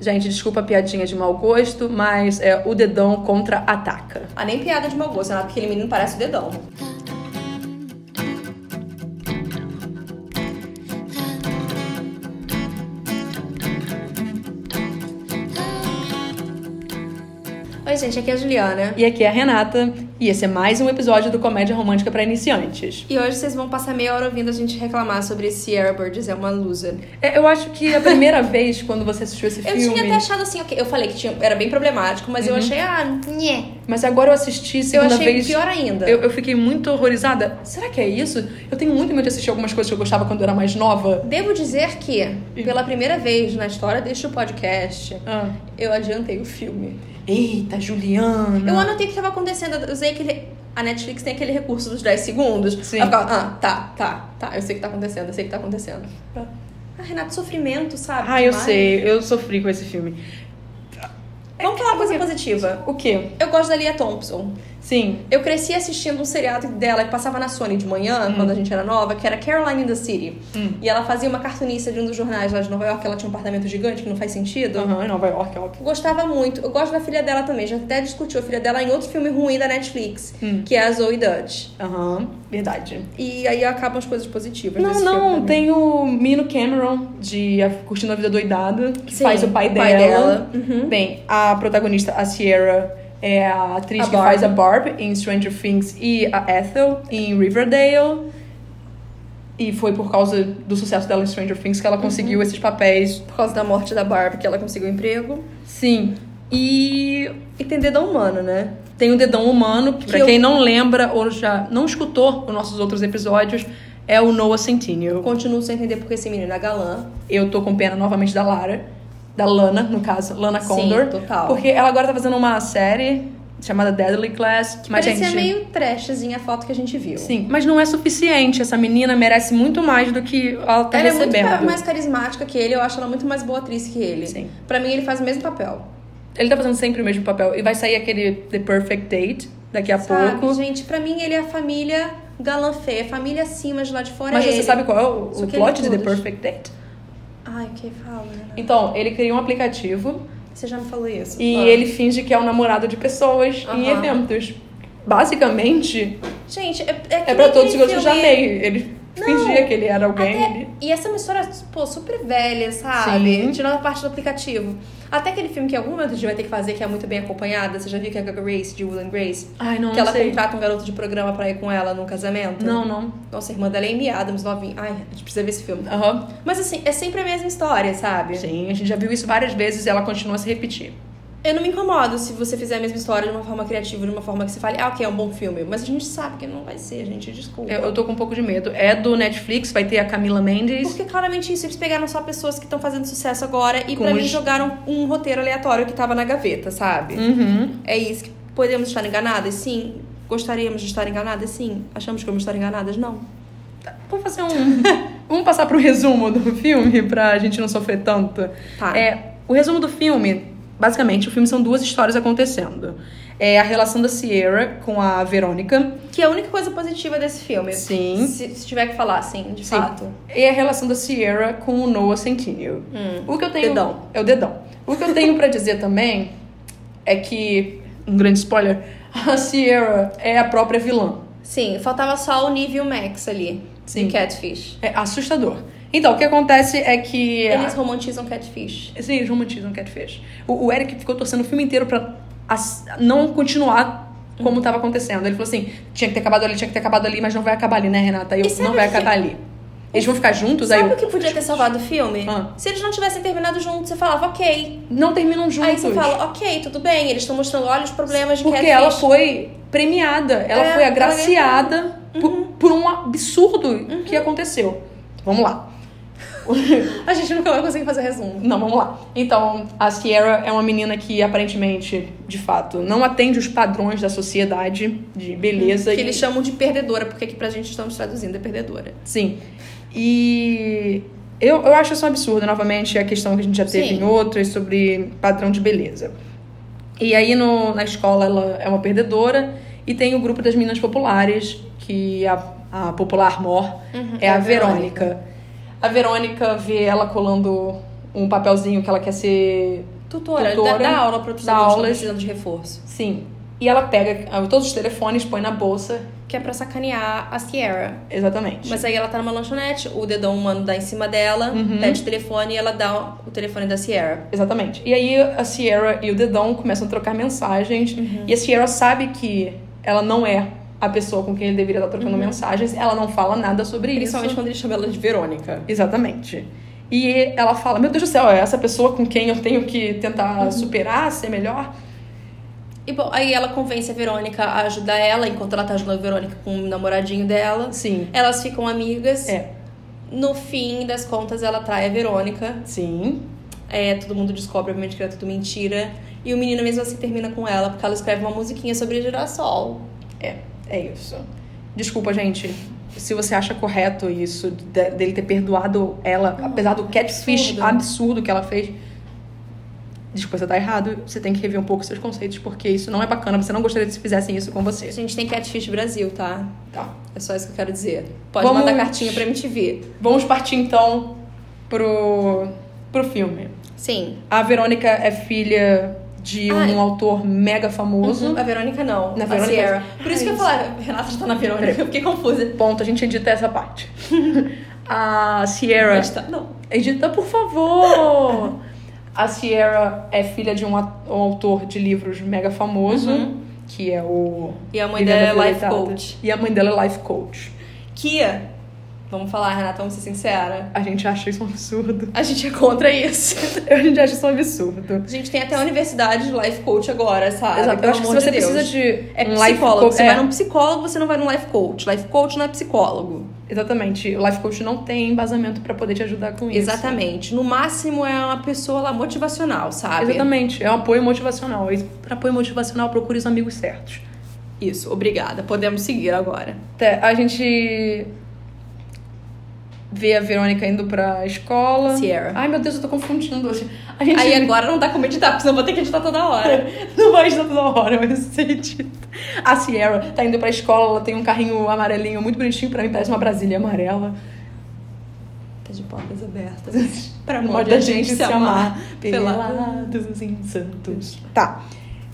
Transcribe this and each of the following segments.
Gente, desculpa a piadinha de mau gosto, mas é o dedão contra-ataca. Ah, nem piada de mau gosto, é nada porque aquele menino parece o dedão. Oi, gente, aqui é a Juliana. E aqui é a Renata, e esse é mais um episódio do Comédia Romântica para Iniciantes. E hoje vocês vão passar meia hora ouvindo a gente reclamar sobre Sierra Burgess é uma loser. É, eu acho que a primeira vez quando você assistiu esse Eu filme. tinha até achado assim, ok, eu falei que tinha- era bem problemático, mas eu achei, ah, nhé. Mas agora eu assisti Eu segunda achei vez. pior ainda. Eu, eu fiquei muito horrorizada. Será que é isso? Eu tenho muito medo de assistir algumas coisas que eu gostava quando eu era mais nova. Devo dizer que, pela primeira vez na história deste podcast, Ah. eu adiantei o filme. Eita, Juliana. Eu anotei o que estava acontecendo, eu usei aquele. A Netflix tem aquele recurso dos 10 segundos. Sim. Eu ficava, ah, tá, tá, tá, eu sei o que tá acontecendo, eu sei o que tá acontecendo. Ah, Renato, sofrimento, sabe? Ah, eu Demais. É, sei. Eu sofri com esse filme. Vamos falar uma coisa positiva. O quê? Eu gosto da Lia Thompson. Sim. Eu cresci assistindo um seriado dela que passava na Sony de Hum. manhã, quando a gente era nova, que era Caroline in the City. E ela fazia uma cartunista de um dos jornais lá de Nova York, ela tinha um apartamento gigante que não faz sentido. Aham, em Nova York, é óbvio. Eu Gostava muito. Eu gosto da filha dela também. Já até discutiu a filha dela em outro filme ruim da Netflix, Hum. que é a Zoe Dutch. Aham, verdade. E aí acabam as coisas positivas. Não, desse filme pra não, mim. tem o Mino Cameron, de A Curtindo a Vida Doidada, que Sim, faz o pai o dela. Uhum. pai Bem, a protagonista, a Sierra, é a atriz A que Barb. faz a Barb em Stranger Things e a Ethel em Riverdale. E foi por causa do sucesso dela em Stranger Things que ela conseguiu esses papéis. Por causa da morte da Barbie, que ela conseguiu um emprego. Sim. E E tem dedão humano, né? tem o Dedão Humano, que pra eu- quem não lembra ou já não escutou os nossos outros episódios, é o Noah Centineo. Eu continuo sem entender porque esse menino é galã. Eu tô com pena novamente da Lara. Da Lana, no caso. Lana Sim, Condor. total. Porque ela agora tá fazendo uma série chamada Deadly Class. Que mas, Parecia gente, meio trashzinha a foto que a gente viu. Sim, mas não é suficiente. Essa menina merece muito mais do que ela tá Ela é recebendo. muito ca- mais carismática que ele, eu acho ela muito mais boa atriz que ele. Sim. Pra mim, ele faz o mesmo papel. Ele tá fazendo sempre o mesmo papel. E vai sair aquele The Perfect Date daqui a Sabe, pouco. gente? Pra mim, ele é a família galã feia. A família acima de lá de fora Mas é você ele. sabe qual é o, Só o que ele plot de The todos. Perfect Date? Ai, o que fala, né? Então, ele cria um aplicativo Você já me falou isso. e Ah. ele finge que é o namorado de pessoas em Aham. eventos. Basicamente, Gente, é, é, que É pra nem todos os aquele outros eu já filme- amei. Ele Não, fingia que ele era alguém. Até- ele- E essa emissora, pô, super velha, sabe? Sim. Tirando a parte do aplicativo. Até aquele filme que algum momento a gente vai ter que fazer, que é muito bem acompanhada. Você já viu que é a Gaga Grace, de Will and Grace? Ai, não, que não ela sei. contrata um garoto de programa pra ir com ela num casamento? Não, não. Nossa, a irmã dela é Amy Adams, novinha. Ai, a gente precisa ver esse filme. Aham. Mas assim, é sempre a mesma história, sabe? Sim, a gente já viu isso várias vezes e ela continua a se repetir. Eu não me incomodo se você fizer a mesma história de uma forma criativa, de uma forma que você fale, ah, ok, é um bom filme. Mas a gente sabe que não vai ser, gente, desculpa. Eu, eu tô com um pouco de medo. É do Netflix, vai ter a Camila Mendes. Porque claramente isso, eles pegaram só pessoas que estão fazendo sucesso agora e Com pra mim os- jogaram um roteiro aleatório que tava na gaveta, sabe? Uhum. É isso que podemos estar enganadas? Sim. Gostaríamos de estar enganadas? Sim. Achamos que vamos estar enganadas? Não. Vamos fazer um. Vamos passar pro resumo do filme pra gente não sofrer tanto. Tá. É, o resumo do filme, basicamente, o filme são duas histórias acontecendo. É a relação da Sierra com a Verônica. Que é a única coisa positiva desse filme. Sim. Se, se tiver que falar, sim, de Sim. fato. E a relação da Sierra com o Noah Centineo. o que eu tenho dedão. é o Hum. dedão. O que eu tenho pra dizer também é que um grande spoiler, a Sierra é a própria vilã. Sim, faltava só o nível Max ali. Sim. De Catfish. É assustador. Então, o que acontece é que Eles romantizam Catfish. Sim, eles romantizam o Catfish. O, o Eric ficou torcendo o filme inteiro pra as- não continuar como tava acontecendo. Ele falou assim: tinha que ter acabado ali, tinha que ter acabado ali, mas não vai acabar ali, né, Renata? Eu, E sabe não vai o que- acabar ali. Eles vão ficar juntos, aí Sabe eu- o que podia ter salvado o filme? Ah. Se eles não tivessem terminado juntos, você falava, ok, não terminam juntos. Aí você fala, ok, tudo bem, eles estão mostrando, olha os problemas de é Porque catfish. ela foi premiada, ela É, Uhum. foi ela agraciada por, por um absurdo Uhum. que aconteceu. Vamos lá. A gente nunca vai conseguir fazer resumo. Não, vamos lá. Então, a Sierra é uma menina que aparentemente, de fato, não atende os padrões da sociedade de beleza. Que e- eles chamam de perdedora, porque aqui pra gente estamos traduzindo é perdedora. Sim. E eu, eu acho isso um absurdo, novamente, a questão que a gente já teve Sim. em outras sobre padrão de beleza. E aí no, na escola ela é uma perdedora e tem o grupo das meninas populares, que a, a é popular mor é a Verônica. A Verônica vê ela colando um papelzinho que ela quer ser Tutora, Tutora. dá, dá aula para Dá pessoas que estão aulas. precisando de reforço. Sim. E ela pega ah, todos os telefones, põe na bolsa. Que é pra sacanear a Sierra. Exatamente. Mas aí ela tá numa lanchonete, o dedão humano dá em cima dela, pede telefone e ela dá o telefone da Sierra. Exatamente. E aí a Sierra e o Dedão começam a trocar mensagens. Uhum. E a Sierra sabe que ela não é a pessoa com quem ele deveria estar trocando mensagens. Ela não fala nada sobre Uhum. Principalmente isso. quando ele chama ela de Verônica. Exatamente. E ela fala: Meu Deus do céu, é essa pessoa com quem eu tenho que tentar Uhum. superar, ser melhor? E bom, aí ela convence a Verônica a ajudar ela, enquanto ela tá ajudando a Verônica com o namoradinho dela. Sim. Elas ficam amigas. É. No fim das contas, ela trai a Verônica. Sim. É, todo mundo descobre, obviamente, que era tudo mentira. E o menino mesmo assim termina com ela, porque ela escreve uma musiquinha sobre girassol. É isso. Desculpa, gente. Se você acha correto isso, de- dele ter perdoado ela, apesar do catfish absurdo. absurdo. que ela fez. Desculpa, você tá errado. Você tem que rever um pouco seus conceitos, porque isso não é bacana. Você não gostaria de se fizessem isso com A você. gente tem Catfish Brasil, tá? Tá. É só isso que eu quero dizer. Pode Vamos- mandar cartinha pra MTV. Vamos partir então pro, pro filme. Sim. A Verônica é filha de Ah, um autor mega famoso. A Uhum. Verônica não. Na a Verônica- Sierra. Por isso que eu Ai, falei, Renata já tá na Verônica, eu fiquei confusa. Ponto, a gente edita essa parte. a Sierra. Mas tá- não. Edita, por favor! A Sierra é filha de um, a- um autor de livros mega famoso, Uhum. que é o. E a mãe Vivendo dela é life Violetada. coach. E a mãe dela é life coach. Kia, vamos falar, Renata, vamos ser sincera. A gente acha isso um absurdo. A gente é contra isso. A gente acha isso um absurdo. A gente tem até a universidade de life coach agora, sabe? Exato. Eu Pelo acho que se amor você de Deus. precisa de É um life psicólogo. coach, você é, vai num psicólogo, você não vai num life coach. Life coach não é psicólogo. Exatamente. O life coach não tem embasamento pra poder te ajudar com isso. Exatamente. No máximo é uma pessoa lá motivacional, sabe? Exatamente. É um apoio motivacional. E para apoio motivacional, procure os amigos certos. Isso, obrigada. Podemos seguir agora. Tá, A gente vê a Verônica indo pra escola. Sierra. Ai, meu Deus, eu tô confundindo hoje. A gente Aí agora não dá como editar, porque senão eu vou ter que editar toda hora. não vai estar toda hora, mas isso é dito. A Sierra tá indo pra escola, ela tem um carrinho amarelinho muito bonitinho, pra mim parece uma Brasília amarela. Tá de portas abertas. pra Pode a gente se amar. Pela... Pelados insantos. Tá.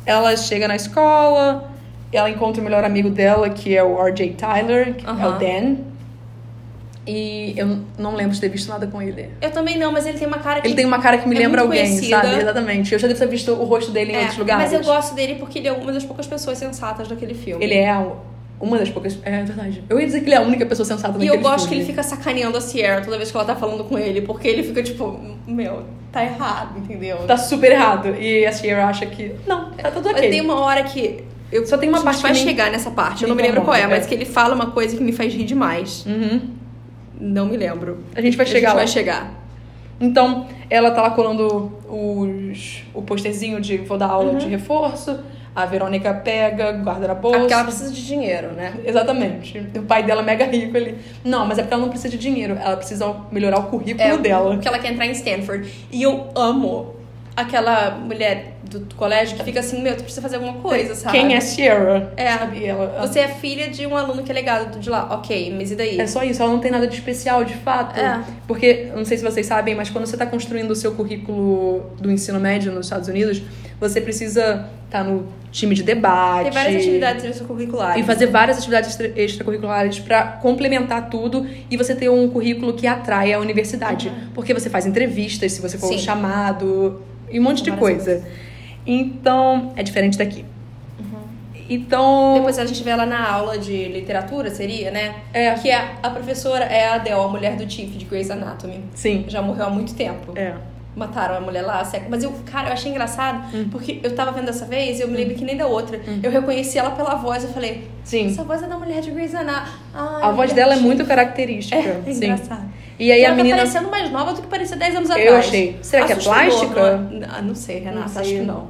Ela chega na escola, ela encontra o melhor amigo dela, que é o R.J. Tyler, que é o Aham. Dan. E eu não lembro de ter visto nada com ele. Eu também não, mas ele tem uma cara que Ele tem um uma cara que me É lembra muito alguém, conhecida. sabe? Exatamente. Eu já devo ter visto o rosto dele em É, outros lugares. Mas eu gosto dele porque ele é uma das poucas pessoas sensatas daquele filme. Ele é a- uma das poucas. É verdade. Eu ia dizer que ele é a única pessoa sensata E naquele eu gosto que filme. ele fica sacaneando a Sierra toda vez que ela tá falando com ele, porque ele fica tipo, meu, tá errado, entendeu? Tá super errado. E a Sierra acha que. Não, tá tudo Mas ok. Tem uma hora que. Eu, Só tem uma a gente parte que vai me- chegar nessa parte, eu me não me lembro qual é, incomoda, mas é. que ele fala uma coisa que me faz rir demais. Uhum. Não me lembro. A gente vai A chegar gente lá. vai chegar. Então, ela tá lá colando os, o posterzinho de vou dar aula Uhum. de reforço. A Verônica pega, guarda na bolsa. Porque ela precisa de dinheiro, né? Exatamente. O pai dela é mega rico ali. Não, mas é porque ela não precisa de dinheiro. Ela precisa melhorar o currículo É. dela. Porque ela quer entrar em Stanford. E eu amo aquela mulher do colégio que fica assim, meu, tu precisa fazer alguma coisa, sabe? Quem é Sierra? É. Sabe? Ela, "Ah, Você é filha de um aluno que é legado de lá. Ok, mas e daí? É só isso, ela não tem nada de especial, de fato. É. Porque, não sei se vocês sabem, mas quando você está construindo o seu currículo do ensino médio nos Estados Unidos, você precisa estar no time de debate. Tem várias atividades extracurriculares. E fazer várias atividades extra- extracurriculares para complementar tudo e você ter um currículo que atrai a universidade. Porque você faz entrevistas, se você for um Sim. chamado, e um monte de Várias coisa. Então, é diferente daqui. Uhum. Então. Depois a gente vê ela na aula de literatura, seria, né? É. Que a, a professora é a Adele, a mulher do Tiff de Grey's Anatomy. Sim. Já morreu há muito tempo. É. Mataram a mulher lá, a seca. Mas eu, cara, eu achei engraçado, Uhum. porque eu tava vendo dessa vez, eu me lembro que nem da outra. Eu reconheci ela pela voz, eu falei, Sim. essa voz é da mulher de Grey's Anatomy. Ai, A voz mulher dela é do muito característica. Tiff. É sim. engraçado. E aí ela a menina. tá parecendo mais nova do que parecia 10 anos Eu atrás. achei. Será que é Assustador, plástica? Não, é? Ah, não sei, Renata, sei, acho que não.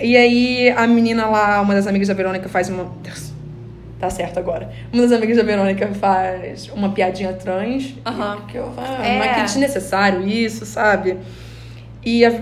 E aí a menina lá, uma das amigas da Verônica faz uma. Deus, tá certo agora. Uma das amigas da Verônica faz uma piadinha trans. Aham. Que eu ah, É. mas que desnecessário isso, sabe? E a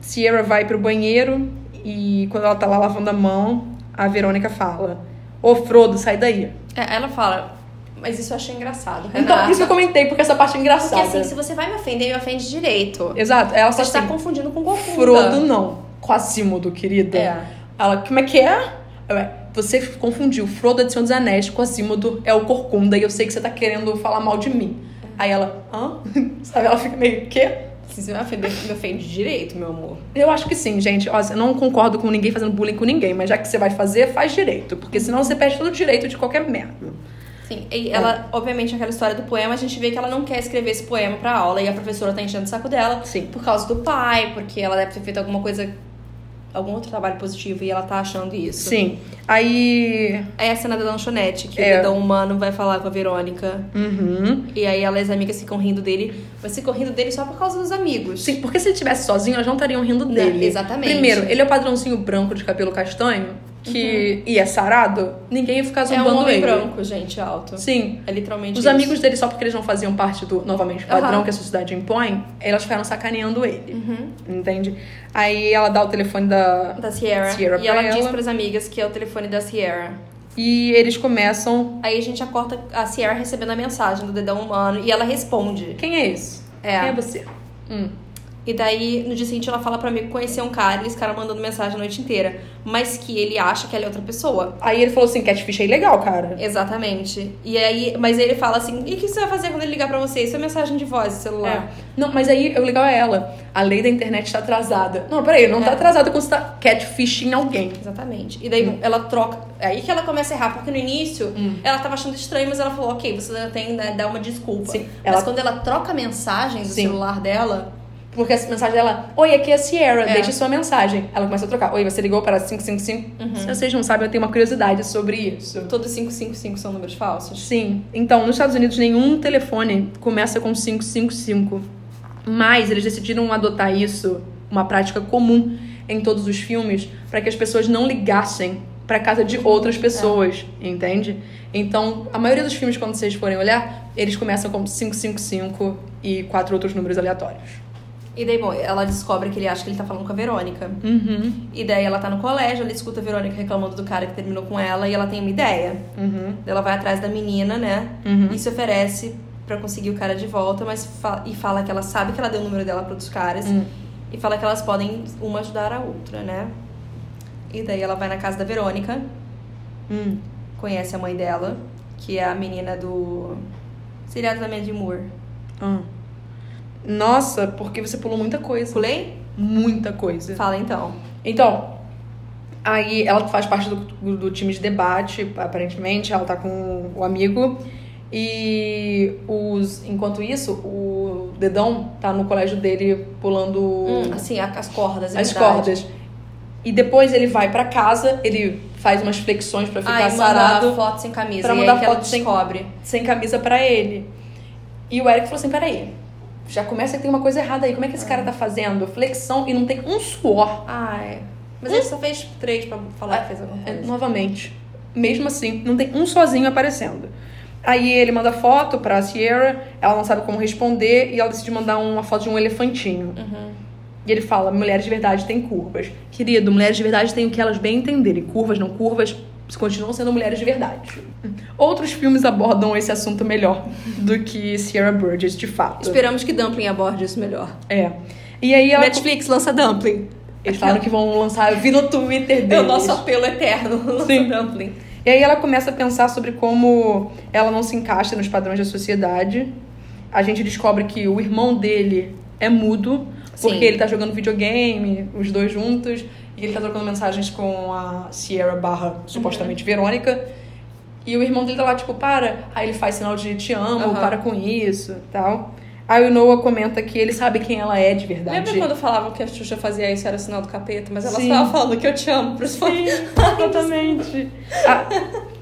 Sierra vai pro banheiro e quando ela tá lá lavando a mão, a Verônica fala: Ô Frodo, sai daí. É, ela fala, Mas isso eu achei engraçado. Então, por Renata. isso que eu comentei, porque essa parte é Porque engraçada. assim, se você vai me ofender, me ofende direito. Exato. Ela só Você tá está assim, confundindo com Gofunda. Frodo não. Quasimodo, querida. É. Ela, como é que é? Eu, é, Você confundiu Frodo é de Senhor dos Anéis, Quasimodo é o Corcunda e eu sei que você tá querendo falar mal de mim. Aí ela, hã? Sabe, ela fica meio, quê? Se você vai me ofender, me ofende direito, meu amor. Eu acho que sim, gente. Ó, eu não concordo com ninguém fazendo bullying com ninguém, mas já que você vai fazer, faz direito. Porque senão você perde todo o direito de qualquer merda. Sim, e É. ela, obviamente, aquela história do poema, a gente vê que ela não quer escrever esse poema pra aula e a professora tá enchendo o saco dela Sim. por causa do pai, porque ela deve ter feito alguma coisa, algum outro trabalho positivo e ela tá achando isso. Sim. Aí. É a cena da lanchonete, que É. o dedão humano vai falar com a Verônica. Uhum. E aí ela e as amigas ficam rindo dele, mas ficam rindo dele só por causa dos amigos. Sim, porque se ele estivesse sozinho, elas não estariam rindo Não, dele. exatamente. Primeiro, ele é o padrãozinho branco de cabelo castanho, que. e é sarado, ninguém ia ficar Uhum. É um zombando homem ele. branco, gente, alto. Sim. É literalmente Os isso. amigos dele, só porque eles não faziam parte do, novamente, padrão Aham. que a sociedade impõe, elas ficaram sacaneando ele. Uhum. Entende? Aí ela dá o telefone da. Da Sierra. Sierra e ela, pra diz ela. pras amigas que é o telefone da Sierra. E eles começam. Aí a gente já corta a Sierra recebendo a mensagem do dedão humano e ela responde. Quem é isso? É. Quem é você? Hum. E daí, no dia seguinte, ela fala pro amigo conhecer um cara e esse cara mandando mensagem a noite inteira. Mas que ele acha que ela é outra pessoa. Aí ele falou assim: catfish é legal, cara. Exatamente. E aí, mas ele fala assim: e o que você vai fazer quando ele ligar pra você? Isso é mensagem de voz, celular. É. Não, mas aí o legal é ela. A lei da internet está atrasada. Não, peraí, não tá É. atrasada quando você tá catfishing alguém. Exatamente. E daí Hum. ela troca. é Aí que ela começa a errar, porque no início ela tava achando estranho, mas ela falou, ok, você ainda tem né, dar uma desculpa. Sim, Mas ela- quando ela troca a mensagem do Sim. celular dela, Porque a mensagem dela, oi, aqui é a Sierra, É. deixe sua mensagem. Ela começa a trocar, oi, você ligou para 555? Uhum. Se vocês não sabem, eu tenho uma curiosidade sobre isso. todos os 555 são números falsos. Sim. Então, nos Estados Unidos, nenhum telefone começa com 555. Mas eles decidiram adotar isso, uma prática comum em todos os filmes, para que as pessoas não ligassem para casa de outras pessoas, entende? Então, a maioria dos filmes, quando vocês forem olhar, eles começam com 555 e quatro outros números aleatórios. E daí, bom, ela descobre que ele acha que ele tá falando com a Verônica. Uhum, E daí ela tá no colégio, ela escuta a Verônica reclamando do cara que terminou com ela e ela tem uma ideia. uhum, Daí Ela vai atrás da menina, né? uhum. E se oferece pra conseguir o cara de volta, mas fa- e fala que ela sabe que ela deu o número dela pra outros caras Hum. e fala que elas podem uma ajudar a outra, né? E daí ela vai na casa da Verônica, Hum. conhece a mãe dela, que é a menina do seriado da Mandy Moore. Ah. Nossa, porque você pulou muita coisa. Pulei? Muita coisa. Fala então. Então, aí ela faz parte do, do- do time de debate, aparentemente, ela tá com o amigo. E os, enquanto isso, o Dedão tá no colégio dele pulando Hum, assim, a- as cordas, é as verdade. cordas. E depois ele vai pra casa, ele faz umas flexões pra ficar Ah, e sarado, manda foto sem camisa. Pra e mandar aí que ela foto sem- descobre. sem camisa pra ele. E o Eric falou assim: peraí, já começa que tem uma coisa errada aí. Como é que esse cara tá fazendo flexão e não tem um suor Ai. Ah, é. Mas ele só fez três pra falar que fez alguma É, coisa. novamente. Mesmo assim, não tem um sozinho aparecendo. Aí ele manda foto pra Sierra, ela não sabe como responder e ela decide mandar uma foto de um elefantinho. Uhum. E ele fala: mulheres de verdade têm curvas. Querido, mulheres de verdade têm o que elas bem entenderem. Curvas, não curvas, continuam sendo mulheres de verdade. Outros filmes abordam esse assunto melhor do que Sierra Burgess, de fato. Esperamos que Dumpling aborde isso melhor. É. E aí ela. Netflix lança Dumpling. Eles falaram que vão lançar. Eu vi no Twitter É deles. o nosso apelo eterno. lança Sim. Dumpling. E aí ela começa a pensar sobre como ela não se encaixa nos padrões da sociedade. A gente descobre que o irmão dele é mudo, porque Sim. ele tá jogando videogame, os dois juntos, e ele tá trocando mensagens com a Sierra barra Uhum. supostamente Verônica. E o irmão dele tá lá, tipo, para. Aí ele faz sinal de te amo, Aham. para com isso tal. Aí o Noah comenta que ele sabe quem ela é de verdade. Lembra quando falavam que a Xuxa fazia isso era sinal do capeta? Mas ela Sim. só tava falando que eu te amo pros fãs. Exatamente. Ah,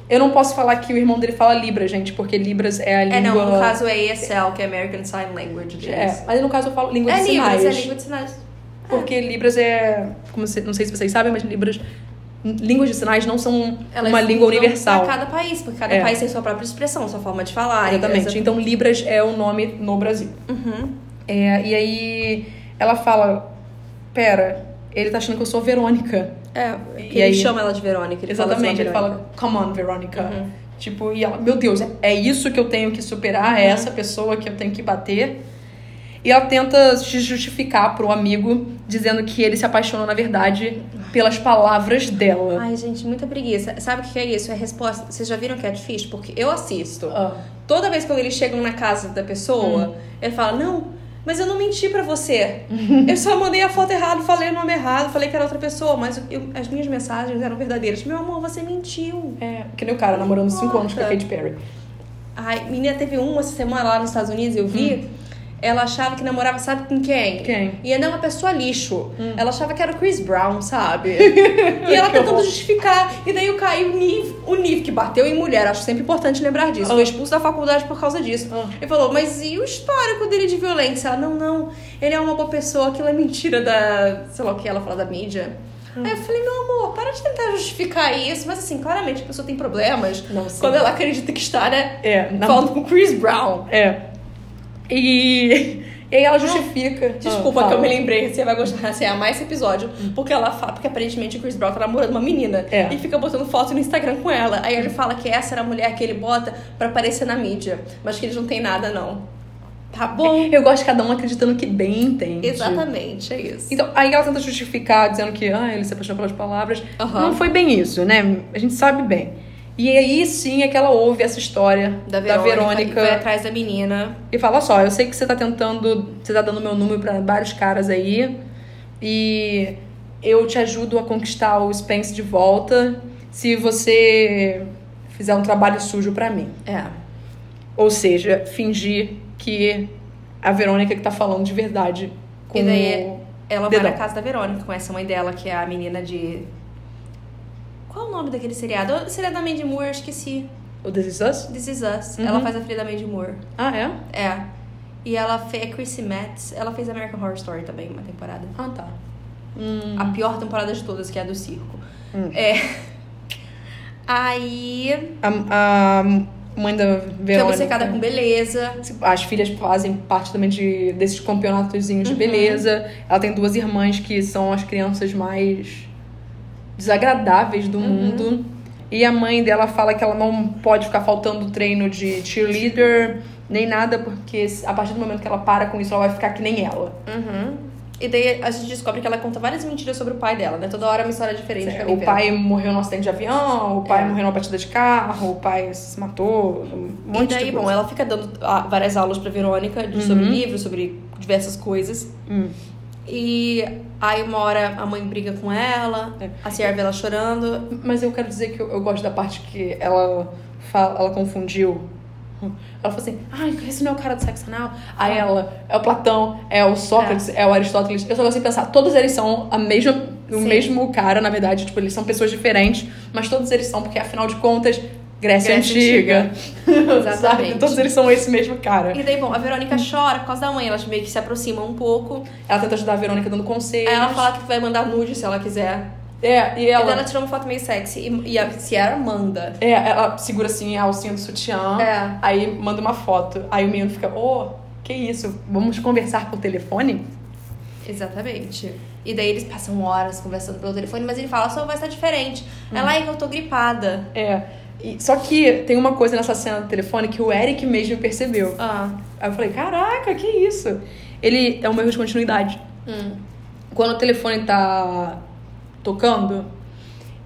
eu não posso falar que o irmão dele fala Libra, gente, porque Libras é a língua. É, não, no caso é ASL, que é American Sign Language deles. É, mas no caso eu falo língua É de Libras, sinais. é língua de sinais. Porque Libras é. Como se- não sei se vocês sabem, mas Libras. Línguas de sinais não são Elas uma língua mudam universal. é Pra cada país, porque cada É. país tem sua própria expressão, sua forma de falar. Exatamente. etc. Então Libras é o nome no Brasil. Uhum. É, e aí ela fala: Pera, ele tá achando que eu sou Verônica. É, E que ele aí- chama ela de Verônica. Ele Exatamente. ele fala assim, "Ó, Verônica." fala: Come on, Verônica. Tipo, e ela, meu Deus, é isso que eu tenho que superar, é Uhum. essa pessoa que eu tenho que bater. E ela tenta se justificar pro amigo, dizendo que ele se apaixonou, na verdade, pelas palavras dela. Ai, gente, muita preguiça. Sabe o que é isso? É resposta. Vocês já viram Catfish? Porque eu assisto. Ah. Toda vez que eles chegam na casa da pessoa, ele fala: Não, mas eu não menti pra você. eu só mandei a foto errada, falei o nome errado, falei que era outra pessoa, mas eu- as minhas mensagens eram verdadeiras. Meu amor, você mentiu. É, que nem o cara namorando 5 anos com a Nossa. Katy Perry. Ai, menina, teve uma essa semana lá nos Estados Unidos, eu vi. Ela achava que namorava, sabe com quem? Quem? E ainda é uma pessoa lixo. Ela achava que era o Chris Brown, sabe? e ela Hum. Que tentando horror. justificar. E daí o Caio Nive, o Nive, que bateu em mulher, acho sempre importante lembrar disso. Foi expulso da faculdade por causa disso. Ah. Ele falou, mas e o histórico dele de violência? Ela, não, não. Ele é uma boa pessoa, aquilo é mentira da. sei lá o que ela fala da mídia. Hum. Aí eu falei, meu amor, para de tentar justificar isso. Mas assim, claramente a pessoa tem problemas. Não, sim. Quando ela acredita que está, né? É, na- Falando com o Chris Brown. É. E, e aí ela justifica. Desculpa Ah, que eu fala. me lembrei, você vai gostar, você ama esse episódio, porque ela fala, porque aparentemente o Chris Brown tá namorando uma menina É. e fica botando foto no Instagram com ela. Aí ele fala que essa era a mulher que ele bota pra aparecer na mídia, mas que eles não têm nada não. Tá bom? Eu gosto de cada um acreditando que bem entende. Exatamente, é isso. Então, aí ela tenta justificar, dizendo que ah, ele se apaixonou pelas palavras. Aham. Não foi bem isso, né? A gente sabe bem. E aí sim é que ela ouve essa história Da Verônica, Verônica. que foi atrás da menina. E fala "Olha só, eu sei que você tá tentando, você tá dando meu número pra vários caras aí. E eu te ajudo a conquistar o Spence de volta se você fizer um trabalho sujo pra mim. É. Ou seja, fingir que a Verônica que tá falando de verdade com E daí- é Ela vai Dedão. na casa da Verônica, conhece a mãe dela, que é a menina de Qual o nome daquele seriado? O seriado da Mandy Moore, eu esqueci. o This Is Us? This Is Us. Uhum. Ela faz a filha da Mandy Moore. Ah, é? É. E ela fez a Chrissy Metz, ela fez American Horror Story também, uma temporada. Ah, tá. Hum, A pior temporada de todas, que é a do circo. Hum. É. Aí. a, a mãe da Que é Verônica. obcecada com beleza. As filhas fazem parte também de, desses campeonatozinhos de beleza. Ela tem duas irmãs que são as crianças mais desagradáveis do mundo. E a mãe dela fala que ela não pode ficar faltando treino de cheerleader, nem nada, porque a partir do momento que ela para com isso, ela vai ficar que nem ela. Uhum. E daí a gente descobre que ela conta várias mentiras sobre o pai dela, né? Toda hora é uma história diferente. que ela O inventa. pai morreu num acidente de avião, o pai É. morreu numa batida de carro, o pai se matou, um monte e daí, de coisa. Uhum. bom, ela fica dando ah, várias aulas pra Verônica de- sobre livros, sobre diversas coisas. Hum. E aí uma hora a mãe briga com ela, É. a Sierra vê ela chorando. Mas eu quero dizer que eu, eu gosto da parte que ela fala, ela confundiu. Ela falou assim, ai, esse não é o cara do sexo anal. Ah. Aí ela, é o Platão, é o Tá. Sócrates, é, o Aristóteles. Eu só gosto de pensar, todos eles são a mesma, o Sim. mesmo cara, na verdade. Tipo, eles são pessoas diferentes, mas todos eles são, porque afinal de contas, Grécia, Grécia Antiga. Exatamente. Todos eles são esse mesmo cara. E daí, bom, a Verônica Hum. chora por causa da mãe, elas meio que se aproximam um pouco. Ela tenta ajudar a Verônica dando conselhos. Aí ela fala que vai mandar nude se ela quiser. É, e E daí ela... ela tira uma foto meio sexy e, e a Ciara manda. É, ela segura assim a alcinha do sutiã. É. Aí manda uma foto. Aí o menino fica, ô, que isso? Vamos conversar por telefone? Exatamente. E daí eles passam horas conversando pelo telefone, mas ele fala, "A sua voz tá diferente. Hum. Ela é que eu tô gripada. É. E- só que tem uma coisa nessa cena do telefone que o Eric mesmo percebeu. Ah. Aí eu falei, caraca, que isso? Ele é um erro de continuidade. Hum. Quando o telefone tá tocando,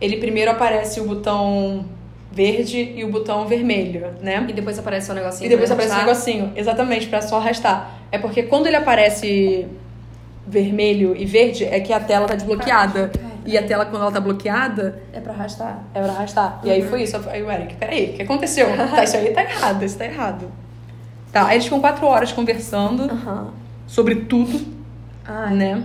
ele primeiro aparece o botão verde e o botão vermelho, né? E depois aparece um negocinho. E depois pra aparece um arrastar. negocinho, exatamente, pra só arrastar. É porque quando ele aparece vermelho e verde, é que a tela tá desbloqueada. E a tela, quando ela tá bloqueada, É pra arrastar. é pra arrastar. E aí Uhum. foi isso. Aí o Eric, peraí, o que aconteceu? Tá, isso aí tá errado, isso tá errado. Tá, aí eles ficam quatro horas conversando Aham. sobre tudo, né?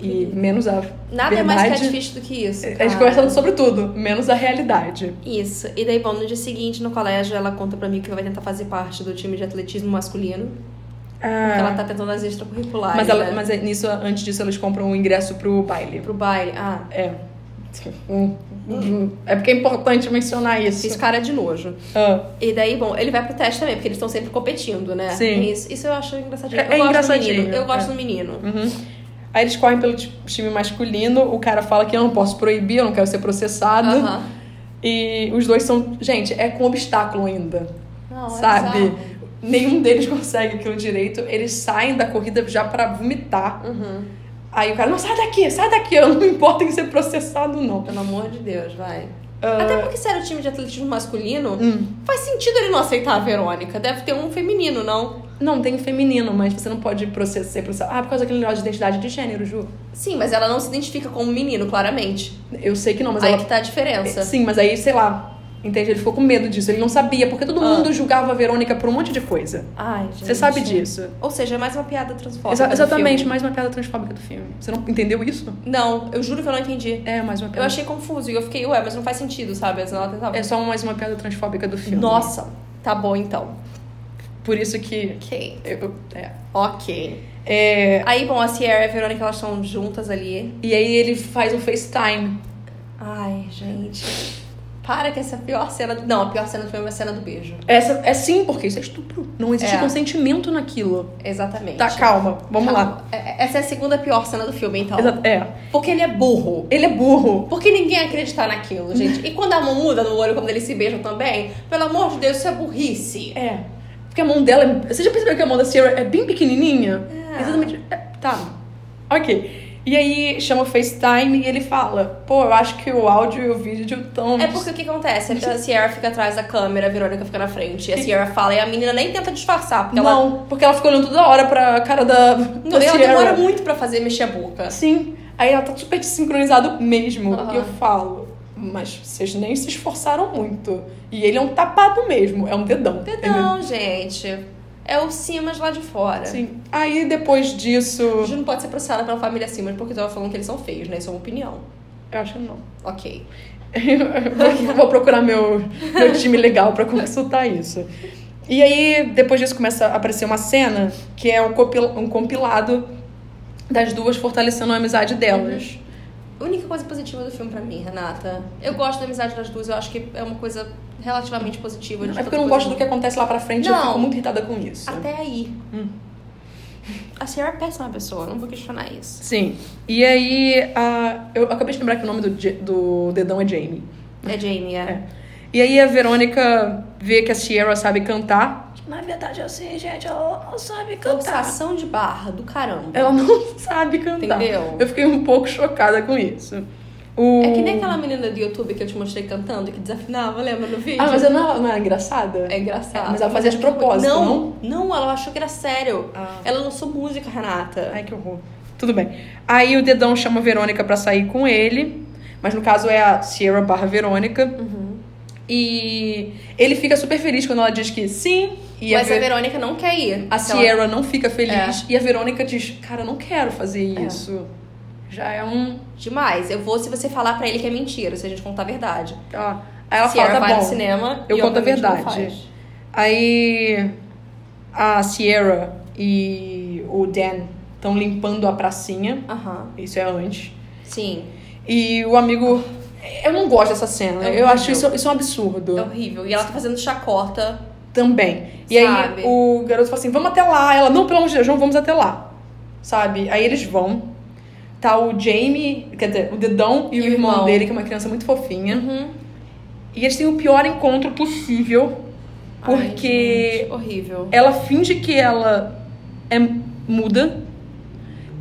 E menos a Nada é verdade. mais catfish do que isso. Eles cara. conversando sobre tudo, menos a realidade. Isso. E daí, bom, no dia seguinte, no colégio, ela conta pra mim que vai tentar fazer parte do time de atletismo masculino. Porque ela tá tentando as extracurriculares. Ah. mas, ela, né? mas é- nisso, antes disso, eles compram o ingresso pro baile. Pro baile. Ah, É. Hum, hum. É porque é importante mencionar fiz isso. cara de nojo. Ah, E daí, bom, ele vai pro teste também, porque eles estão sempre competindo, né? Sim. Isso, isso eu acho engraçadinho. É- eu é gosto engraçadinho, do menino. Eu gosto é. do menino. uhum. Aí eles correm pelo ti- time masculino, o cara fala que eu não posso proibir, eu não quero ser processado. Aham. E os dois são. Gente, é com obstáculo ainda. Não, é sabe? bizarro. Nenhum deles consegue aquilo direito. Eles saem da corrida já pra vomitar. Uhum. Aí o cara, não, sai daqui, sai daqui. Eu não importa em ser processado, ou não. Pelo amor de Deus, vai. Ah. Até porque se era o time de atletismo masculino, Hum. faz sentido ele não aceitar a Verônica. Deve ter um feminino, não? Não, tem feminino, mas você não pode processar, ser processado. Ah, por causa daquele negócio de identidade de gênero, Ju. Sim, mas ela não se identifica como menino, claramente. Eu sei que não, mas Aí ela. É. que tá a diferença. Sim, mas aí, sei lá. Entende? Ele ficou com medo disso. Ele não sabia, porque todo Ah. mundo julgava a Verônica por um monte de coisa. Ai, gente. Você sabe disso. Ou seja, é mais uma piada transforma. né, Exa- exatamente, mais uma piada transfóbica do filme. Você não entendeu isso? Não, eu juro que eu não entendi. É, mais uma Eu piada. achei confuso e eu fiquei, ué, mas não faz sentido, sabe? As ela tentava. um É só mais uma piada transfóbica do filme. Nossa, tá bom então. Por isso que. Ok. eu- eu- é. Ok. É, Aí, bom, a Sierra e a Verônica, elas estão juntas ali. E aí ele faz um FaceTime. Ai, gente. Para que essa é a pior cena do... Não, a pior cena do filme é a cena do beijo. Essa, é sim, porque isso é estupro. Não existe É. consentimento naquilo. Exatamente. Tá, calma. Vamos lá. Calma. É- Essa é a segunda pior cena do filme, então. Exa- É. Porque ele é burro. Ele é burro. Porque ninguém ia acreditar naquilo, gente. E quando a mão muda no olho, quando eles se beijam também, pelo amor de Deus, isso é burrice. É. Porque a mão dela. é- Você já percebeu que a mão da Sierra é bem pequenininha? É. Exatamente. é, tá. Ok. E aí chama o FaceTime e ele fala: Pô, eu acho que o áudio e o vídeo estão. É porque o que acontece? A Sierra fica atrás da câmera, a Verônica fica na frente. E a Sierra fala e a menina nem tenta disfarçar, porque ela. Não, porque ela fica olhando toda hora pra cara da. Não, da ela Sierra. demora muito pra fazer mexer a boca. Sim. Aí ela tá super desincronizado mesmo. Aham. E eu falo, mas vocês nem se esforçaram muito. E ele é um tapado mesmo, é um dedão. entendeu? Dedão, gente. É o Simas lá de fora. Sim. Aí depois A disso. gente não pode ser processada pela família Simas porque tava falando que eles são feios, né? Isso é uma opinião. Eu acho que não. Ok. Vou- Vou procurar meu, meu time legal pra consultar isso. E aí, depois disso, começa a aparecer uma cena que é um, compil- um compilado das duas fortalecendo a amizade delas. A única coisa positiva do filme pra mim, Renata. Eu gosto da amizade das duas, eu acho que é uma coisa relativamente positiva. de É porque toda eu não Uhum. coisa gosto do que acontece lá pra frente, eu Não. Ah. fico muito irritada com isso. Até aí. Hum. A Sierra é péssima pessoa, não vou questionar isso. Sim. E aí, a... eu acabei de lembrar que o nome do, Ja- do dedão é Jamie. É Jamie, é. E aí a Verônica vê que a Sierra sabe cantar. Na verdade, eu sei, gente, ela não sabe cantar. Forçação de barra do caramba. Ela não sabe cantar. Entendeu? Eu fiquei um pouco chocada com isso. O... É que nem aquela menina do YouTube que eu te mostrei cantando, que desafinava, lembra no vídeo? Ah, mas ela não, não era engraçada? É engraçado. É, mas ela fazia de propósito, Não, não, ela achou que era sério. Ah. Ela lançou música, Renata. Ai, que horror. Tudo bem. Aí o dedão chama a Verônica pra sair com ele. Mas no caso é a Sierra barra Verônica. Uhum. E ele fica super feliz quando ela diz que sim. E mas é Ver- a Verônica não quer ir. A Então, Sierra não fica feliz É. e a Verônica diz: Cara, eu não quero fazer isso. Já é um. Demais. Eu vou se você falar pra ele que é mentira, se a gente contar a verdade. Ah. Aí ela Sierra fala: Tá vai bom. no cinema eu e conto a obviamente não verdade. faz. Aí a Sierra e o Dan estão limpando a pracinha. Aham. Isso é antes. Sim. E o amigo. Eu não gosto dessa cena. É eu acho horrível. isso, isso um É absurdo. horrível. E ela tá fazendo chacota. Também. E Sabe. aí o garoto fala assim: Vamos até lá. Ela: Não, pelo amor de Deus, não vamos até lá. Sabe? Aí eles vão. Tá o Jamie, quer dizer, o dedão e, o irmão, dele, que é uma criança muito fofinha. Uhum. E eles têm o pior encontro possível, Ai, porque gente, horrível. ela finge que ela é muda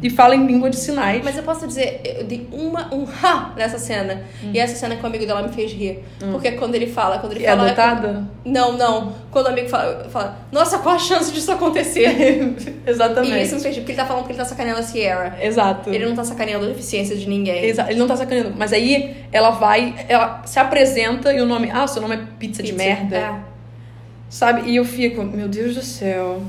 e fala em língua de sinais. Mas eu posso dizer, eu dei uma, um ha nessa cena. E essa cena que o amigo dela me fez rir. Porque quando ele fala, quando ele Hum. é fala. adotada? Não, não. Quando o amigo fala, fala, nossa, qual a chance disso acontecer? e Exatamente. isso me fez rir, porque ele tá falando que ele tá sacaneando a Sierra. Exato. Ele não tá sacaneando a deficiência de ninguém. Exa- Ele não tá sacaneando. Mas aí ela vai, ela se apresenta e o nome. Ah, seu nome é pizza, de Pizza. merda. É. Sabe? E eu fico, meu Deus do céu.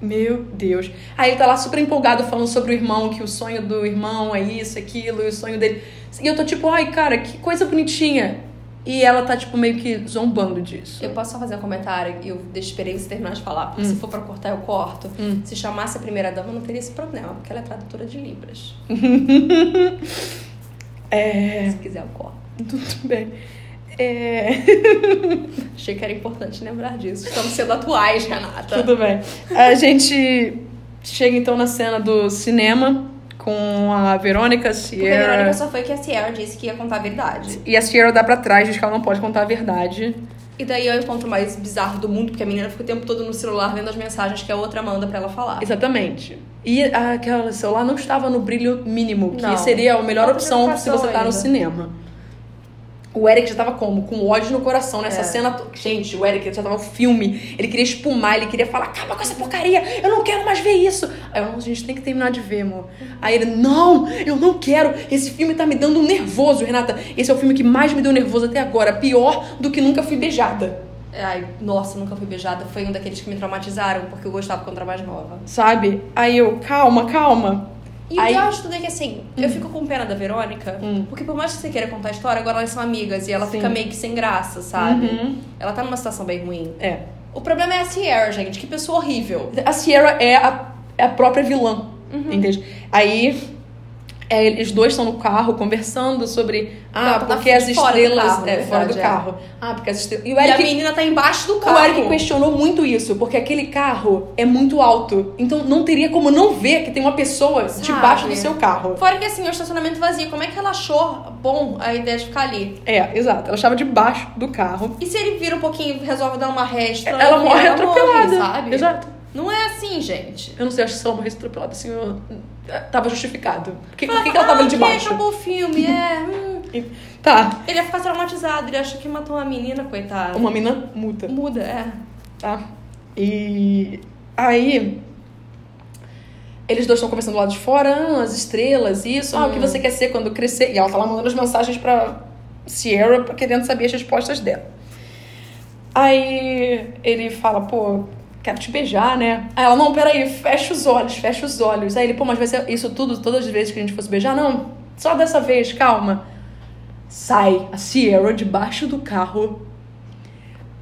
Meu Deus. Aí ele tá lá super empolgado falando sobre o irmão, que o sonho do irmão é isso, aquilo, e o sonho dele. E eu tô tipo, ai, cara, que coisa bonitinha. E ela tá, tipo, meio que zombando disso. Eu posso só fazer um comentário e eu deixo- esperei você terminar de falar. Hum. Porque se for pra cortar, eu corto. Se chamasse a primeira dama, não teria esse problema, porque ela é tradutora de Libras. é. Se quiser, eu corto. Tudo bem. É, Achei que era importante lembrar disso. Estamos sendo atuais, Renata. Tudo bem. A gente chega então na cena do cinema com a Verônica Porque a Verônica Sierra. só foi que a Sierra disse que ia contar a verdade. E a Sierra dá pra trás, diz que ela não pode contar a verdade. E daí é o encontro mais bizarro do mundo, porque a menina fica o tempo todo no celular vendo as mensagens que a outra manda pra ela falar. Exatamente. E aquela celular não estava no brilho mínimo, que Não. seria a melhor Outra opção se preocupação você tá no ainda. cinema. O Eric já tava como? Com ódio no coração nessa É. cena. to- Gente, o Eric já tava no filme. Ele queria espumar, ele queria falar: acaba com essa porcaria, eu não quero mais ver isso. Aí eu, não, gente, tem que terminar de ver, amor. Aí ele: não, eu não quero. Esse filme tá me dando um nervoso, Renata. Esse é o filme que mais me deu nervoso até agora. Pior do que nunca fui beijada. Ai, nossa, nunca fui beijada. Foi um daqueles que me traumatizaram, porque eu gostava quando era mais nova. Sabe? Aí eu: calma, calma. E Aí- Hum. o pior de tudo é que assim, eu fico com pena da Verônica, porque por mais que você queira contar a história, agora elas são amigas e ela Sim. fica meio que sem graça, sabe? Uhum. Ela tá numa situação bem ruim. É. O problema é a Sierra, gente, que pessoa horrível. A Sierra é a, é a própria vilã, Uhum. entende? Aí é, eles dois estão no carro conversando sobre ah, Ela tá porque as fora do estrelas carro, é na fora do verdade, é. carro. Ah, porque as estrelas. E o E a Eric, menina tá embaixo do carro. o Eric questionou muito isso, porque aquele carro é muito alto. Então não teria como não ver que tem uma pessoa debaixo do seu carro. Fora que assim, o estacionamento vazio, como é que ela achou bom a ideia de ficar ali? É, exato. Ela estava debaixo do carro. E se ele vira um pouquinho e resolve dar uma resta? Ela, morre atropelada. sabe? Exato. Não é assim, gente. Eu não sei, acho que se ela morresse atropelada, assim, eu... tava justificado. Por que, por que que ela tava ali Ah, debaixo? Que acabou o filme, é. hum. Tá, Ele ia ficar traumatizado, ele acha que matou uma menina, coitada. uma mina muda. Muda, é. tá? E aí eles dois estão conversando lá de fora, ah, as estrelas, isso, ah, o que você quer ser quando crescer? E ela tá lá mandando as mensagens pra Sierra pra- querendo saber as respostas dela. Aí ele fala, pô, quero te beijar, né? Aí ela, não, peraí, fecha os olhos, fecha os olhos. Aí ele, pô, mas vai ser isso tudo, todas as vezes que a gente fosse beijar? Não, só dessa vez, calma. Sai a Sierra debaixo do carro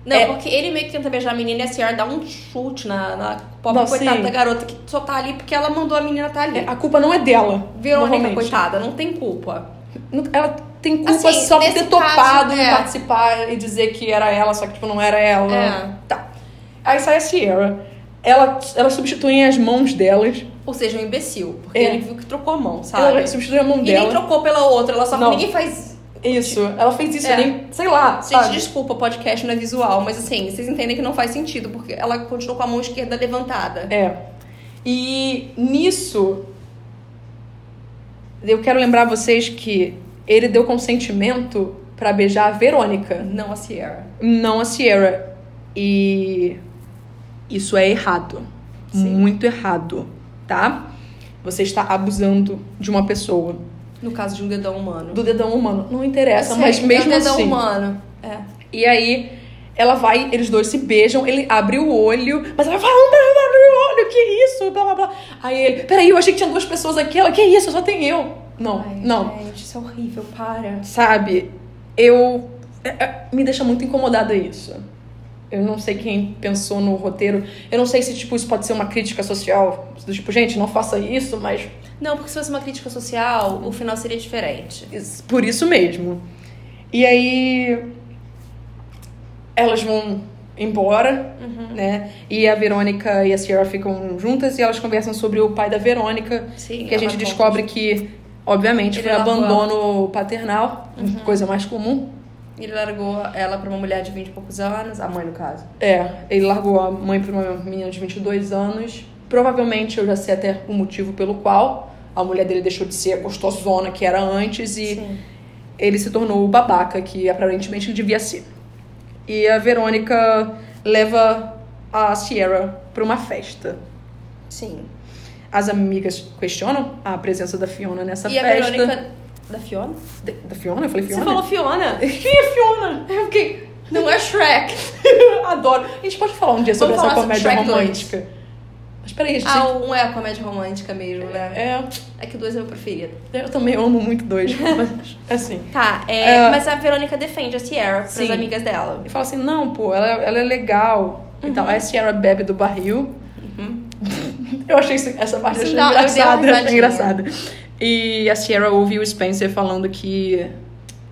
Não, É. porque ele meio que tenta beijar a menina e a Sierra dá um chute na, na pobre Não, coitada sim. da garota que só tá ali porque ela mandou a menina tá ali. É, A culpa não é dela. Verônica, normalmente. coitada, não tem culpa. Não- Ela tem culpa Assim, só por ter nesse topado caso, em é. participar e dizer que era ela, só que tipo, não era ela. É. Tá. Aí sai a Sierra. Ela, ela substitui as mãos delas. Ou seja, um imbecil. Porque É. ele viu que trocou a mão, Ela sabe? substitui a mão E nem dela. trocou pela outra, ela só Não. Ah, ninguém faz. Isso. Ela fez isso, É. nem. Sei lá. Gente, sabe? desculpa, podcast não é visual, mas assim, vocês entendem que não faz sentido, porque ela continuou com a mão esquerda levantada. É. E nisso, eu quero lembrar vocês que ele deu consentimento pra beijar a Verônica. Não a Sierra. não a Sierra. E isso é errado. Sim. Muito errado, tá? Você está abusando de uma pessoa. No caso de um dedão humano. Do dedão humano. Não interessa, Eu mas sei, mesmo é um dedão assim. humano. É. E aí, ela vai, eles dois se beijam, ele abre o olho, mas ela fala, não, não abre o olho, que isso, blá, blá, blá. Aí ele, peraí, eu achei que tinha duas pessoas aqui, ela, que isso, só tem eu. Não, Ai, não. Gente, isso é horrível, para. Sabe, eu. é, é, me deixa muito incomodada isso. Eu não sei quem pensou no roteiro. Eu não sei se, tipo, isso pode ser uma crítica social. Do tipo, gente, não faça isso, mas. Não, porque se fosse uma crítica social, o final seria diferente. is- Por isso mesmo. E aí. Elas vão embora, né? E a Verônica e a Sierra ficam juntas e elas conversam sobre o pai da Verônica. Sim. Que a gente descobre que, obviamente, Ele foi largou ela. abandono paternal coisa mais comum. Ele largou ela pra uma mulher de 20 e poucos anos, a mãe no caso. É, ele largou a mãe por uma menina de 22 anos. Provavelmente eu já sei até o motivo pelo qual a mulher dele deixou de ser a gostosona que era antes e ele se tornou o babaca que aparentemente ele devia ser. E a Verônica leva a Sierra pra uma festa. Sim. As amigas questionam a presença da Fiona nessa e a festa. Verônica. Da Fiona? De- Da Fiona? Eu falei Fiona? Você falou Fiona? Quem é Fiona? Eu fiquei... Não é Shrek. Adoro. A gente pode falar um dia sobre Vamos essa falar sobre comédia Shrek dois. romântica. Mas peraí, a gente Ah, um é a comédia romântica mesmo, né? É, É que o dois é o meu preferido. eu também amo muito dois, mas assim. Tá, é, É. mas a Verônica defende a Sierra pras Sim. amigas dela. E fala assim, não, pô, ela, ela é legal. Então, Uhum. a Sierra bebe do barril. eu achei isso- essa parte eu achei Não, Uhum. eu dei uma engraçada. eu achei risadinha. engraçada. E a Sierra ouve o Spencer falando que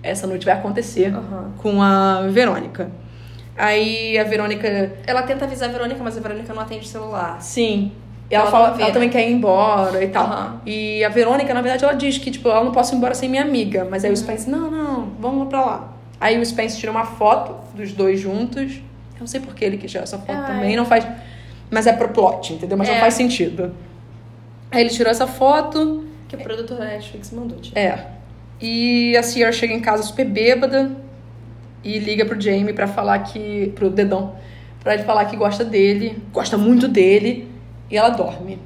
essa noite vai acontecer Aham. com a Verônica. Aí a Verônica, Ela tenta avisar a Verônica, mas a Verônica não atende o celular. Então, sim. E ela, Ela fala, não vê, ela né? também quer ir embora e tal. Aham. E a Verônica, na verdade, ela diz que, tipo, ela não posso ir embora sem minha amiga. Mas Uhum. aí o Spence, não, não, vamos pra lá. Aí o Spence tira uma foto dos dois juntos. Eu não sei por que ele quis tirar essa foto Ai. também, não faz. Mas é pro plot, entendeu? Mas não Ah, É. faz sentido. Aí ele tirou essa foto. Que o produtor da Netflix mandou, tipo. É. E a Sierra chega em casa super bêbada e liga pro Jamie pra falar que. pro dedão. Pra ele falar que gosta dele, gosta muito dele, e ela dorme.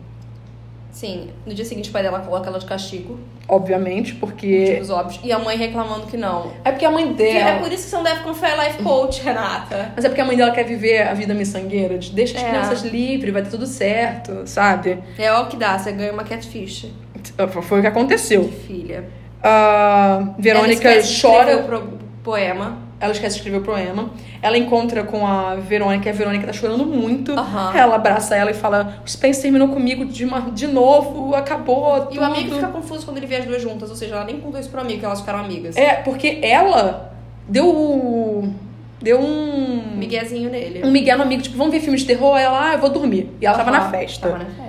Sim, no dia seguinte o pai dela coloca ela de castigo, Obviamente, porque. motivos óbvios, e a mãe reclamando que não. É porque a mãe Que é dela. por isso que você não deve confiar em life coach, Renata. Mas é porque a mãe dela quer viver a vida miçangueira, de deixa as É. crianças livres, vai ter tudo certo, sabe? É o que dá, você ganha uma catfish. Foi o que aconteceu. Filha. A Verônica Ela esquece de chora. escrever o pro- poema. Ela esquece de escrever o poema. Ela encontra com a Verônica, e a Verônica tá chorando muito. Aham. Ela abraça ela e fala: O Spence terminou comigo de, uma- de novo, acabou. E tudo." o amigo fica confuso quando ele vê as duas juntas, ou seja, ela nem contou isso pro amigo, que elas ficaram amigas. É, porque ela deu. o- Deu um. Miguezinho nele. Um Miguel no amigo, tipo, vamos ver filme de terror? Aí Ela, ah, eu vou dormir. E ela tava Aham, na festa. Tava na festa.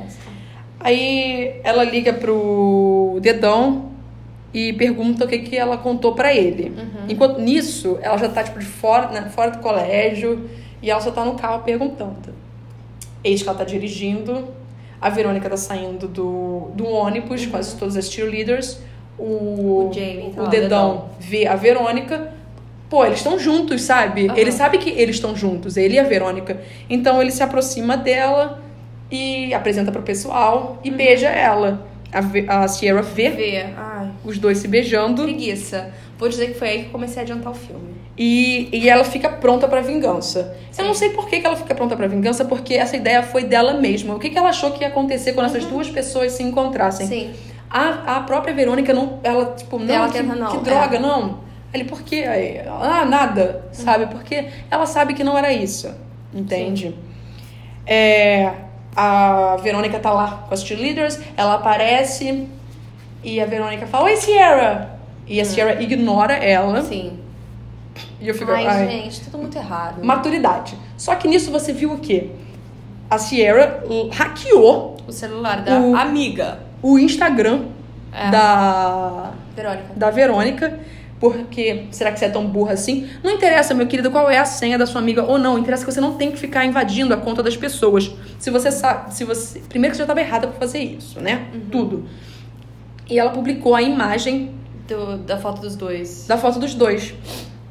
Aí ela liga pro dedão e pergunta o que, que ela contou pra ele. Enquanto nisso, ela já tá tipo de fora, né, fora do colégio e ela só tá no carro perguntando. Eis que ela tá dirigindo, a Verônica tá saindo do, do ônibus, quase todas as cheerleaders. O, O Jamie tá o dedão, lá, o Dedão. vê a Verônica. Pô, eles estão juntos, sabe? Aham. Ele sabe que eles estão juntos, ele e a Verônica. Então ele se aproxima dela e apresenta pro pessoal Uhum. e beija ela. A, Ve- a Sierra vê Vê. Ai, os dois se beijando preguiça. Vou dizer que foi aí que eu comecei a adiantar o filme. e, e ela fica pronta pra vingança. Eu Sim. não sei por que, que ela fica pronta pra vingança, porque essa ideia foi dela mesma. O que, que ela achou que ia acontecer quando Uhum. essas duas pessoas se encontrassem? A, a própria Verônica não. Ela, tipo, não, Ela que, tenta não, que é. droga, não. Ele, por quê? Aí, Ah, nada, Hum. sabe? Porque ela sabe que não era isso. Entende? É, a Verônica tá lá com as cheerleaders, ela aparece e a Verônica fala, Oi, Sierra! E Hum. a Sierra ignora ela. Sim. E eu fico. Ai, "Ai, gente, tudo muito errado. Maturidade. Só que nisso você viu o quê? A Sierra uh, hackeou O celular da O- amiga. o Instagram É. da Verônica. da Verônica, porque será que você é tão burra assim? Não interessa, meu querido, qual é a senha da sua amiga ou não. Interessa que você não tem que ficar invadindo a conta das pessoas. Se você sabe, se você, primeiro que você já estava errada por fazer isso, né? Uhum. Tudo. E ela publicou a imagem Do- da foto dos dois. da foto dos dois,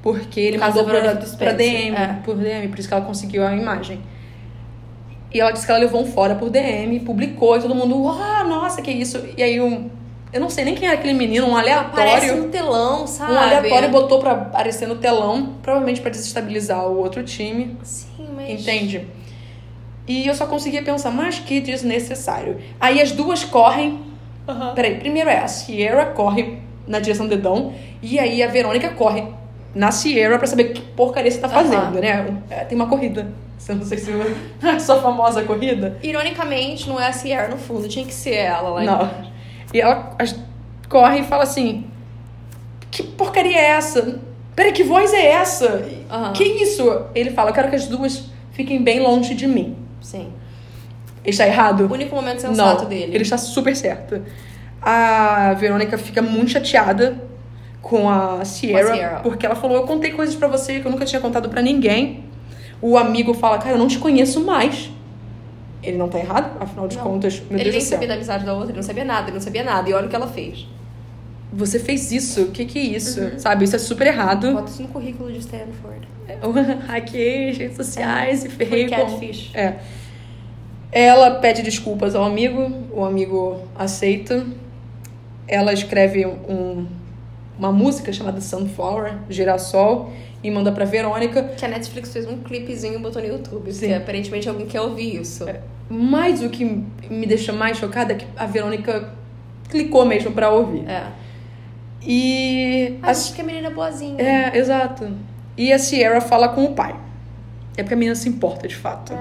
porque ele No caso mandou da pra, Verônica do Spencer, pra DM, é. por DM, por isso que ela conseguiu a imagem. E ela disse que ela levou um fora por DM, publicou e todo mundo, ah, nossa, que isso. E aí um, eu não sei nem quem era aquele menino, um aleatório. Aparece no telão, sabe? Um aleatório botou pra aparecer no telão, provavelmente pra desestabilizar o outro time, Sim, mas... entende? E eu só conseguia pensar, mas que desnecessário. Aí as duas correm. Aham. Peraí, primeiro é a Sierra corre na direção do dedão, e aí a Verônica corre na Sierra pra saber que porcaria você tá Aham. fazendo, né? É, Tem uma corrida. Eu não sei se é sua famosa corrida. Ironicamente, não é a Sierra no fundo. Tinha que ser ela lá. Não. E ela as- corre e fala assim: Que porcaria é essa? Peraí, que voz é essa? Aham. Que isso? Ele fala: Eu quero que as duas fiquem bem longe de mim. Sim. Ele está errado? O único momento sensato Não, dele. Ele está super certo. A Verônica fica muito chateada com a Sierra, Com a Sierra. porque ela falou: Eu contei coisas pra você que eu nunca tinha contado pra ninguém. O amigo fala: Cara, eu não te conheço mais. Ele não tá errado, afinal de Não. contas, meu ele Deus do nem céu. sabia da amizade da outra, ele não sabia nada, ele não sabia nada. E olha o que ela fez. Você fez isso, o que que é isso? Uhum. Sabe? Isso é super errado. Bota isso no currículo de Stanford. Eu hackei as redes sociais e ferrei Foi com... catfish. É. Ela pede desculpas ao amigo, o amigo aceita. Ela escreve um- uma música chamada Sunflower, Girassol, e manda pra Verônica. Que a Netflix fez um clipezinho e botou no YouTube. Sim. É. Porque aparentemente alguém quer ouvir isso. Mas o que me deixa mais chocada é que a Verônica clicou mesmo pra ouvir. É. E Ah, Acho que a menina é boazinha. É, exato. E a Sierra fala com o pai. É porque a menina se importa, de fato.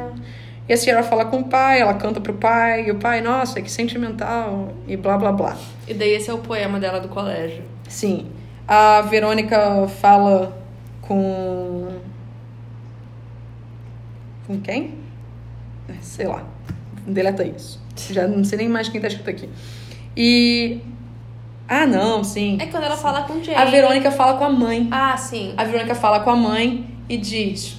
E a Sierra fala com o pai, ela canta pro pai, e o pai, nossa, que sentimental, e blá blá blá. E daí esse é o poema dela do colégio. Sim. A Verônica fala com. Com quem? É, Sei lá. deleta isso. Já não sei nem mais quem tá escrito aqui. E. Ah, não, sim. É quando ela fala com o Jay. A Verônica fala com a mãe. Ah, sim. A Verônica fala com a mãe e diz: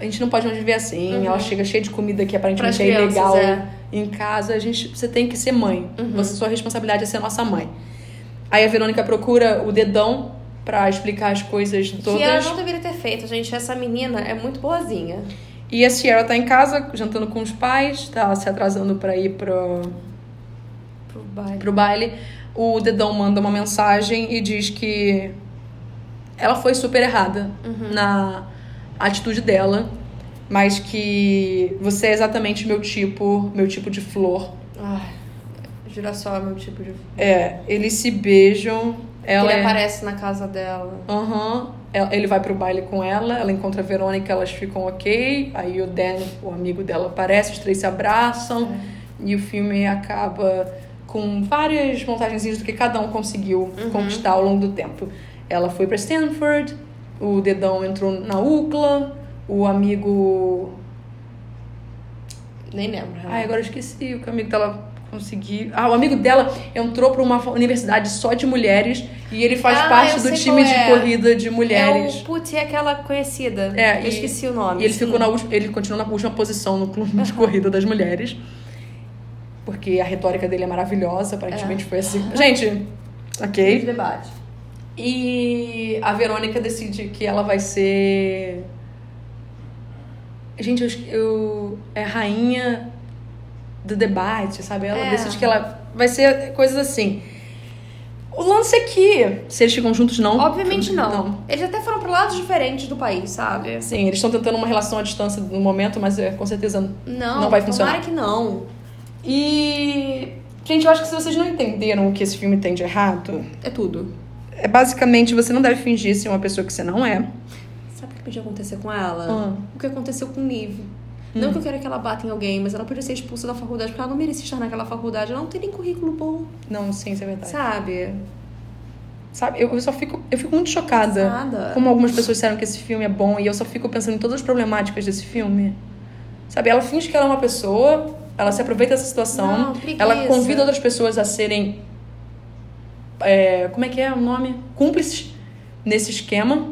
A gente não pode mais viver assim. Ela chega cheia de comida que aparentemente Uhum. Pras é crianças, ilegal é. Uhum. em casa. A gente, você tem que ser mãe. Você, sua responsabilidade é ser nossa mãe. Aí a Verônica procura o dedão pra explicar as coisas todas. Que ela não deveria ter feito, gente. Essa menina é muito boazinha. E a Sierra tá em casa, jantando com os pais, tá se atrasando pra ir pro, Pro baile. pro baile. O Dedão manda uma mensagem e diz que ela foi super errada na atitude dela, mas que você é exatamente meu tipo, meu tipo de flor. Ai, girassol é meu tipo de. É, eles se beijam, ela Ele é- aparece na casa dela. Aham. El- Ele vai pro baile com ela, ela encontra a Verônica, elas ficam ok. Aí o Dan, o amigo dela, aparece, os três se abraçam. É. E o filme acaba com várias montagenzinhas do que cada um conseguiu Uhum. conquistar ao longo do tempo. Ela foi pra Stanford, o Dedão entrou na UCLA, o amigo. Nem lembro. Ai, agora eu esqueci o que o amigo dela conseguiu. Ah, o amigo dela entrou pra uma universidade só de mulheres e ele faz Ah, parte eu do sei time qual de é. corrida de mulheres. É o Putz, é aquela conhecida. É, eu e- esqueci o nome. E ele ficou na última, ele continuou na última posição no clube de corrida das mulheres. Porque a retórica dele é maravilhosa, aparentemente foi assim. Gente, ok. debate. E a Verônica decide que ela vai ser. Gente, eu. esque- eu é rainha do debate, sabe? Ela É. decide que ela vai ser coisas assim. O lance é que. Se eles ficam juntos, não. Obviamente não. Não. É. Eles até foram pra lados diferentes do país, sabe? Sim, eles estão tentando uma relação à distância no momento, mas é, com certeza Não, Não vai funcionar. Tomara que não. E. Gente, eu acho que se vocês não entenderam o que esse filme tem de errado, É tudo. é basicamente você não deve fingir ser uma pessoa que você não é. Sabe o que podia acontecer com ela? Ah. O que aconteceu com o Nive. Não que eu quero que ela bata em alguém, mas ela podia ser expulsa da faculdade, porque ela não merecia estar naquela faculdade. Ela não tem nem currículo bom, Não, sim, isso é verdade. sabe? Sabe, eu, eu só fico. Eu fico muito chocada Nada. como algumas pessoas disseram que esse filme é bom e eu só fico pensando em todas as problemáticas desse filme. Sabe, ela finge que ela é uma pessoa, ela se aproveita dessa situação, Não, preguiça. ela convida outras pessoas a serem. é, como é que é o nome? Cúmplices nesse esquema.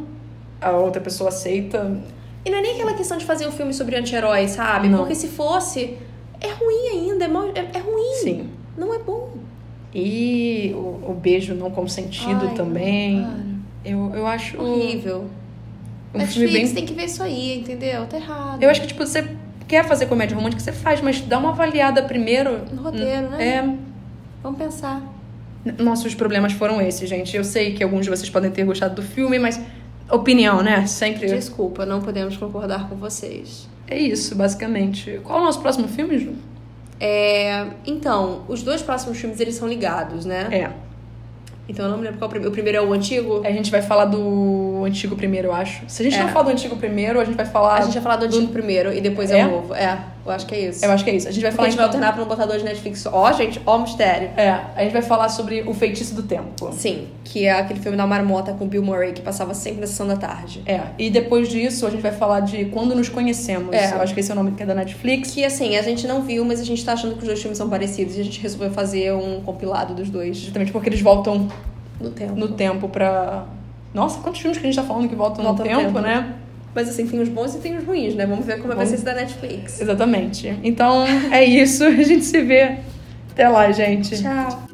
A outra pessoa aceita, E não é nem aquela questão de fazer um filme sobre anti-herói, sabe? Não. Porque se fosse, é ruim ainda, é, mal- é- é ruim, sim. não é bom. E o, o beijo não consentido Ai, também. cara, Eu, eu acho Ah, horrível. um filme Netflix bem. tem que ver isso aí, entendeu? Tá errado. Eu acho que, tipo, você quer fazer comédia romântica, você faz, mas dá uma avaliada primeiro. No roteiro, né? É. Vamos pensar. n- Nossos problemas foram esses, gente. Eu sei que alguns de vocês podem ter gostado do filme, mas opinião, né? Sempre. Desculpa, não podemos concordar com vocês. É isso, basicamente. Qual é o nosso próximo filme, Ju? É, então, os dois próximos filmes, eles são ligados, né? É. Então eu não me lembro qual é o primeiro. O primeiro é o antigo? A gente vai falar do antigo primeiro, eu acho. Se a gente É. não falar do antigo primeiro, a gente vai falar. A gente vai falar do antigo primeiro e depois é, É? o novo. É, eu acho que é isso. Eu acho que é isso. A gente vai Porque a falar gente vai então- alternar pra não botar dois de Netflix. Ó, gente, ó mistério. É, a gente vai falar sobre o feitiço do tempo. Sim, que é aquele filme da marmota com Bill Murray que passava sempre na sessão da tarde. É, e depois disso a gente vai falar de Quando Nos Conhecemos. É. Eu acho que esse é o nome que é da Netflix. Que assim, a gente não viu, mas a gente tá achando que os dois filmes são parecidos e a gente resolveu fazer um compilado dos dois Justamente porque eles voltam no tempo. no tempo pra. Nossa, quantos filmes que a gente tá falando que voltam Voltam no no tempo, tempo. né? Mas assim, tem os bons e tem os ruins, né? Vamos ver como vai Vamos. ser esse da Netflix. Exatamente. Então é isso. A gente se vê. Até lá, gente. Tchau.